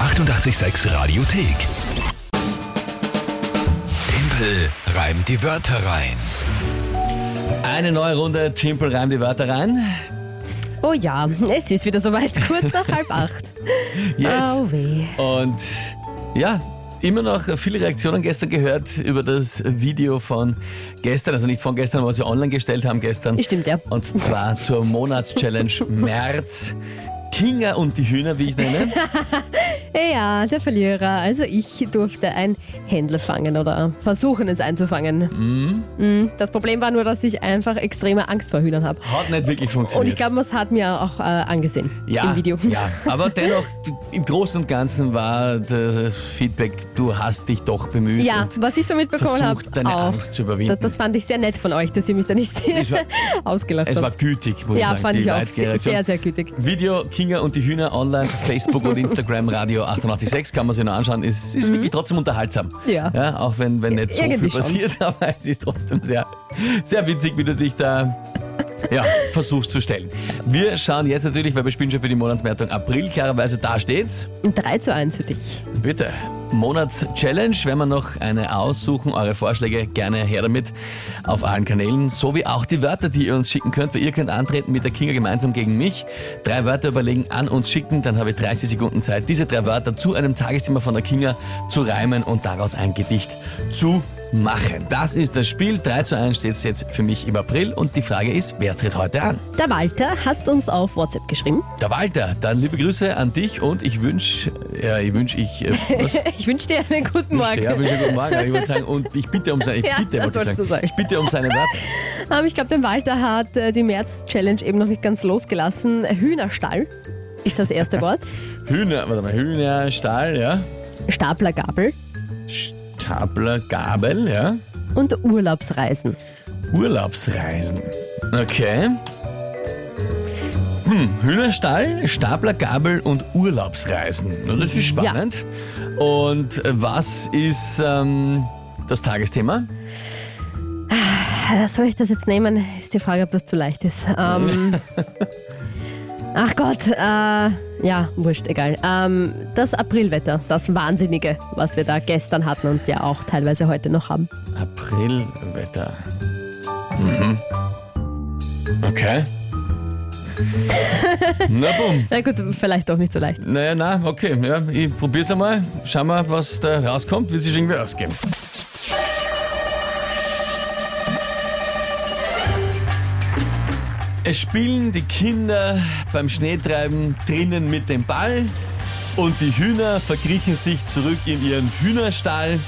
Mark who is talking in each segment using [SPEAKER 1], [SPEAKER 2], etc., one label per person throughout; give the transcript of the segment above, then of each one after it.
[SPEAKER 1] 886 Radiothek. Tempel reimt die Wörter rein.
[SPEAKER 2] Eine neue Runde Timpel reimt die Wörter rein.
[SPEAKER 3] Oh ja, es ist wieder soweit, kurz nach halb acht.
[SPEAKER 2] Yes.
[SPEAKER 3] Oh weh.
[SPEAKER 2] Und ja, immer noch viele Reaktionen gestern gehört über das Video von gestern, also nicht von gestern, was wir online gestellt haben gestern.
[SPEAKER 3] Stimmt, ja.
[SPEAKER 2] Und zwar zur Monatschallenge März. Kinga und die Hühner, wie ich es nenne.
[SPEAKER 3] Ja, der Verlierer. Also ich durfte ein Händel fangen oder versuchen es einzufangen.
[SPEAKER 2] Mhm.
[SPEAKER 3] Mm, Das Problem war nur, dass ich einfach extreme Angst vor Hühnern habe.
[SPEAKER 2] Hat nicht wirklich
[SPEAKER 3] Und
[SPEAKER 2] funktioniert.
[SPEAKER 3] ich glaube, man hat mir auch äh, angesehen
[SPEAKER 2] ja,
[SPEAKER 3] im Video.
[SPEAKER 2] ja, aber dennoch, im Großen und Ganzen war das Feedback, du hast dich doch bemüht
[SPEAKER 3] Ja,
[SPEAKER 2] und
[SPEAKER 3] was ich so mitbekommen habe,
[SPEAKER 2] versucht, deine
[SPEAKER 3] auch.
[SPEAKER 2] Angst zu
[SPEAKER 3] Das,
[SPEAKER 2] überwinden.
[SPEAKER 3] das fand ich sehr nett von euch, dass ihr mich da nicht
[SPEAKER 2] war-
[SPEAKER 3] ausgelacht
[SPEAKER 2] es war
[SPEAKER 3] habt.
[SPEAKER 2] gütig, muss ich
[SPEAKER 3] Ja,
[SPEAKER 2] sagen.
[SPEAKER 3] fand
[SPEAKER 2] die
[SPEAKER 3] ich auch sehr,
[SPEAKER 2] Leitgeneration.
[SPEAKER 3] sehr, sehr gütig.
[SPEAKER 2] Video Kinga und die Hühner online, Facebook und Instagram, Radio 886, kann man sich noch anschauen. Es ist wirklich trotzdem unterhaltsam.
[SPEAKER 3] Mhm. Ja.
[SPEAKER 2] Auch wenn, wenn nicht so viel
[SPEAKER 3] Irgendwie schon.
[SPEAKER 2] passiert, aber es ist trotzdem sehr, sehr witzig, wie du dich da ja, versuchst zu stellen. Wir schauen jetzt natürlich, weil wir spielen schon für die Monatswertung April, klarerweise da steht's.
[SPEAKER 3] 3 zu 1 für dich.
[SPEAKER 2] Bitte. Monatschallenge, wenn wir noch eine aussuchen, eure Vorschläge gerne her damit auf allen Kanälen, sowie auch die Wörter, die ihr uns schicken könnt, weil ihr könnt antreten mit der Kinga gemeinsam gegen mich. Drei Wörter überlegen, an uns schicken, dann habe ich 30 Sekunden Zeit, diese drei Wörter zu einem Tagesthema von der Kinga zu reimen und daraus ein Gedicht zu machen. Das ist das Spiel. 3 zu 1 steht es jetzt für mich im April und die Frage ist, wer tritt heute an?
[SPEAKER 3] Der Walter hat uns auf WhatsApp geschrieben.
[SPEAKER 2] Der Walter, dann liebe Grüße an dich und ich wünsche, ja, ich wünsche, ich, äh, was?
[SPEAKER 3] Ich wünsche dir einen guten Morgen.
[SPEAKER 2] Ja, wünsche guten Morgen. Ich würde sagen, und ich bitte um seine, ich
[SPEAKER 3] Ja,
[SPEAKER 2] bitte,
[SPEAKER 3] das
[SPEAKER 2] wollte ich
[SPEAKER 3] wolltest du sagen.
[SPEAKER 2] Ich bitte um seine Wörter.
[SPEAKER 3] Ähm, ich glaube, den Walter hat äh, die März-Challenge eben noch nicht ganz losgelassen. Hühnerstall ist das erste Wort.
[SPEAKER 2] Hühner, warte mal, Hühner, Stahl, ja.
[SPEAKER 3] Staplergabel
[SPEAKER 2] Stabler, Gabel, ja.
[SPEAKER 3] und Urlaubsreisen.
[SPEAKER 2] Urlaubsreisen. Okay. Hm, Hühnerstall, Stabler, Gabel und Urlaubsreisen. Na, Das ist spannend. Und was ist ähm, das Tagesthema?
[SPEAKER 3] Äh, soll ich das jetzt nehmen? Ist die Frage, ob das zu leicht ist. Ähm, ach Gott, äh, ja, wurscht, egal. Ähm, das Aprilwetter, das Wahnsinnige, was wir da gestern hatten und ja auch teilweise heute noch haben.
[SPEAKER 2] Aprilwetter. Mhm. Okay. Na bumm.
[SPEAKER 3] Na gut, vielleicht doch nicht so leicht.
[SPEAKER 2] Naja, na, okay. Ja, ich probier's einmal. Schauen wir, was da rauskommt. Wird sich irgendwie ausgeben. Es spielen die Kinder beim Schneetreiben drinnen mit dem Ball und die Hühner verkriechen sich zurück in ihren Hühnerstall.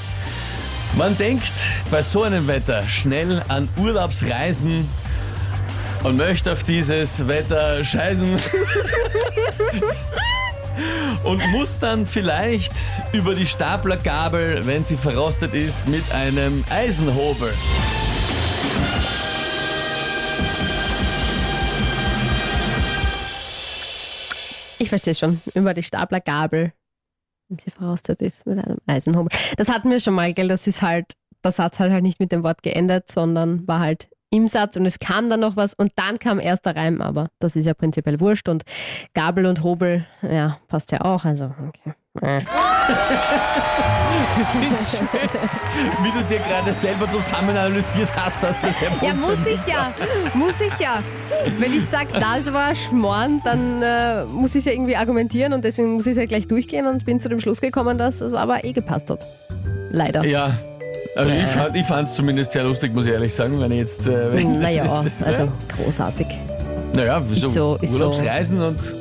[SPEAKER 2] Man denkt bei so einem Wetter schnell an Urlaubsreisen und möchte auf dieses Wetter scheißen und muss dann vielleicht über die Staplergabel, wenn sie verrostet ist, mit einem Eisenhobel.
[SPEAKER 3] Ich verstehe schon. Über die Staplergabel. Wenn sie verrostet ist mit einem Eisenhobel. Das hatten wir schon mal, gell? Das ist halt, der Satz hat halt nicht mit dem Wort geändert, sondern war halt im Satz und es kam dann noch was und dann kam erst der Reim, aber das ist ja prinzipiell wurscht und Gabel und Hobel, ja, passt ja auch, also okay. Äh.
[SPEAKER 2] Ich find's schön, wie du dir gerade selber zusammen analysiert hast, dass das ein
[SPEAKER 3] Ja, muss ich ja, muss ich ja. Wenn ich sage, das war Schmoren, dann äh, muss ich ja irgendwie argumentieren und deswegen muss ich es ja gleich durchgehen und bin zu dem Schluss gekommen, dass es aber eh gepasst hat. Leider.
[SPEAKER 2] Ja. Also ich, fand, ich fand's zumindest sehr lustig, muss ich ehrlich sagen, wenn ich jetzt... Äh, wenn
[SPEAKER 3] Hm, Naja,
[SPEAKER 2] das ist, ne?
[SPEAKER 3] also großartig.
[SPEAKER 2] Naja, so,
[SPEAKER 3] so- ist so.
[SPEAKER 2] Urlaubsreisen und...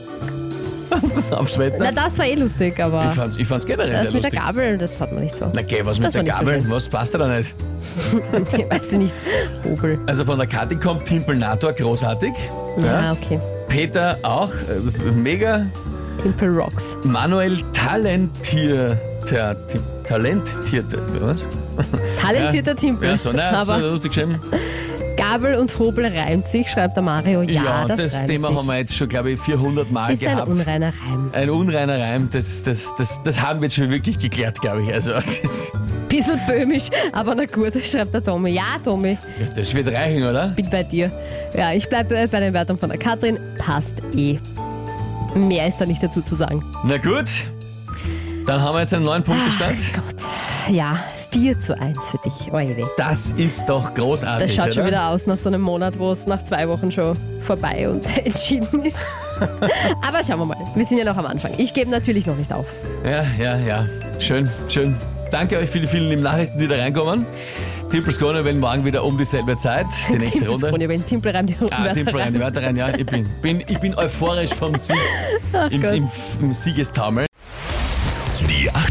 [SPEAKER 2] Was aufs Wetter.
[SPEAKER 3] Na, das war eh lustig, aber
[SPEAKER 2] ich, fand's, ich fand's generell
[SPEAKER 3] das
[SPEAKER 2] sehr
[SPEAKER 3] mit der
[SPEAKER 2] lustig.
[SPEAKER 3] Gabel, das hat man nicht so.
[SPEAKER 2] Na geh, was mit
[SPEAKER 3] Das
[SPEAKER 2] der
[SPEAKER 3] war nicht so
[SPEAKER 2] Gabel?
[SPEAKER 3] schön.
[SPEAKER 2] was passt da nicht?
[SPEAKER 3] weißt du nicht. Obel.
[SPEAKER 2] Also von der Kathi kommt Timpelnator, großartig.
[SPEAKER 3] Ja, ah, okay.
[SPEAKER 2] Peter auch, äh, mega.
[SPEAKER 3] Pimple Rocks.
[SPEAKER 2] Manuel talentiert, talentiert, was?
[SPEAKER 3] Talentierter Timpel.
[SPEAKER 2] Ja, so, na, so
[SPEAKER 3] aber
[SPEAKER 2] lustig geschrieben.
[SPEAKER 3] Gabel und Hobel reimt sich, schreibt der Mario. Ja, das,
[SPEAKER 2] das,
[SPEAKER 3] reimt
[SPEAKER 2] Thema
[SPEAKER 3] sich.
[SPEAKER 2] haben wir jetzt schon, glaube ich, 400 Mal
[SPEAKER 3] Ist ein
[SPEAKER 2] gehabt.
[SPEAKER 3] unreiner Reim.
[SPEAKER 2] Ein unreiner Reim, das, das, das, das haben wir jetzt schon wirklich geklärt, glaube ich. Also, das,
[SPEAKER 3] Bisschen böhmisch, aber na gut, schreibt der Tommy. Ja, Tommy,
[SPEAKER 2] das wird reichen, oder?
[SPEAKER 3] bin bei dir. Ja, ich bleibe bei den Wörtern von der Katrin. Passt eh. Mehr ist da nicht dazu zu sagen.
[SPEAKER 2] Na gut, Dann haben wir jetzt einen neuen Punktestand.
[SPEAKER 3] Ja, 4 zu 1 für dich. Oje weh.
[SPEAKER 2] Das ist doch großartig.
[SPEAKER 3] Das schaut schon
[SPEAKER 2] oder?
[SPEAKER 3] wieder aus nach so einem Monat, wo es nach zwei Wochen schon vorbei und entschieden ist. Aber schauen wir mal. Wir sind ja noch am Anfang. Ich gebe natürlich noch nicht auf.
[SPEAKER 2] Ja, ja, ja. Schön, schön. Danke euch für die vielen lieben Nachrichten, die da reinkommen. Timpels Corner werden morgen wieder um dieselbe Zeit. Die nächste
[SPEAKER 3] Timpel ist
[SPEAKER 2] Runde.
[SPEAKER 3] Krone, wenn Timpel reimt die
[SPEAKER 2] Ah,
[SPEAKER 3] Rundenwörter
[SPEAKER 2] Timpel rein, die
[SPEAKER 3] rein.
[SPEAKER 2] Wörter rein. Ja, ich bin, bin, ich bin euphorisch vom Sieg im,
[SPEAKER 3] Gott.
[SPEAKER 2] im, im Siegestaumel.
[SPEAKER 1] Die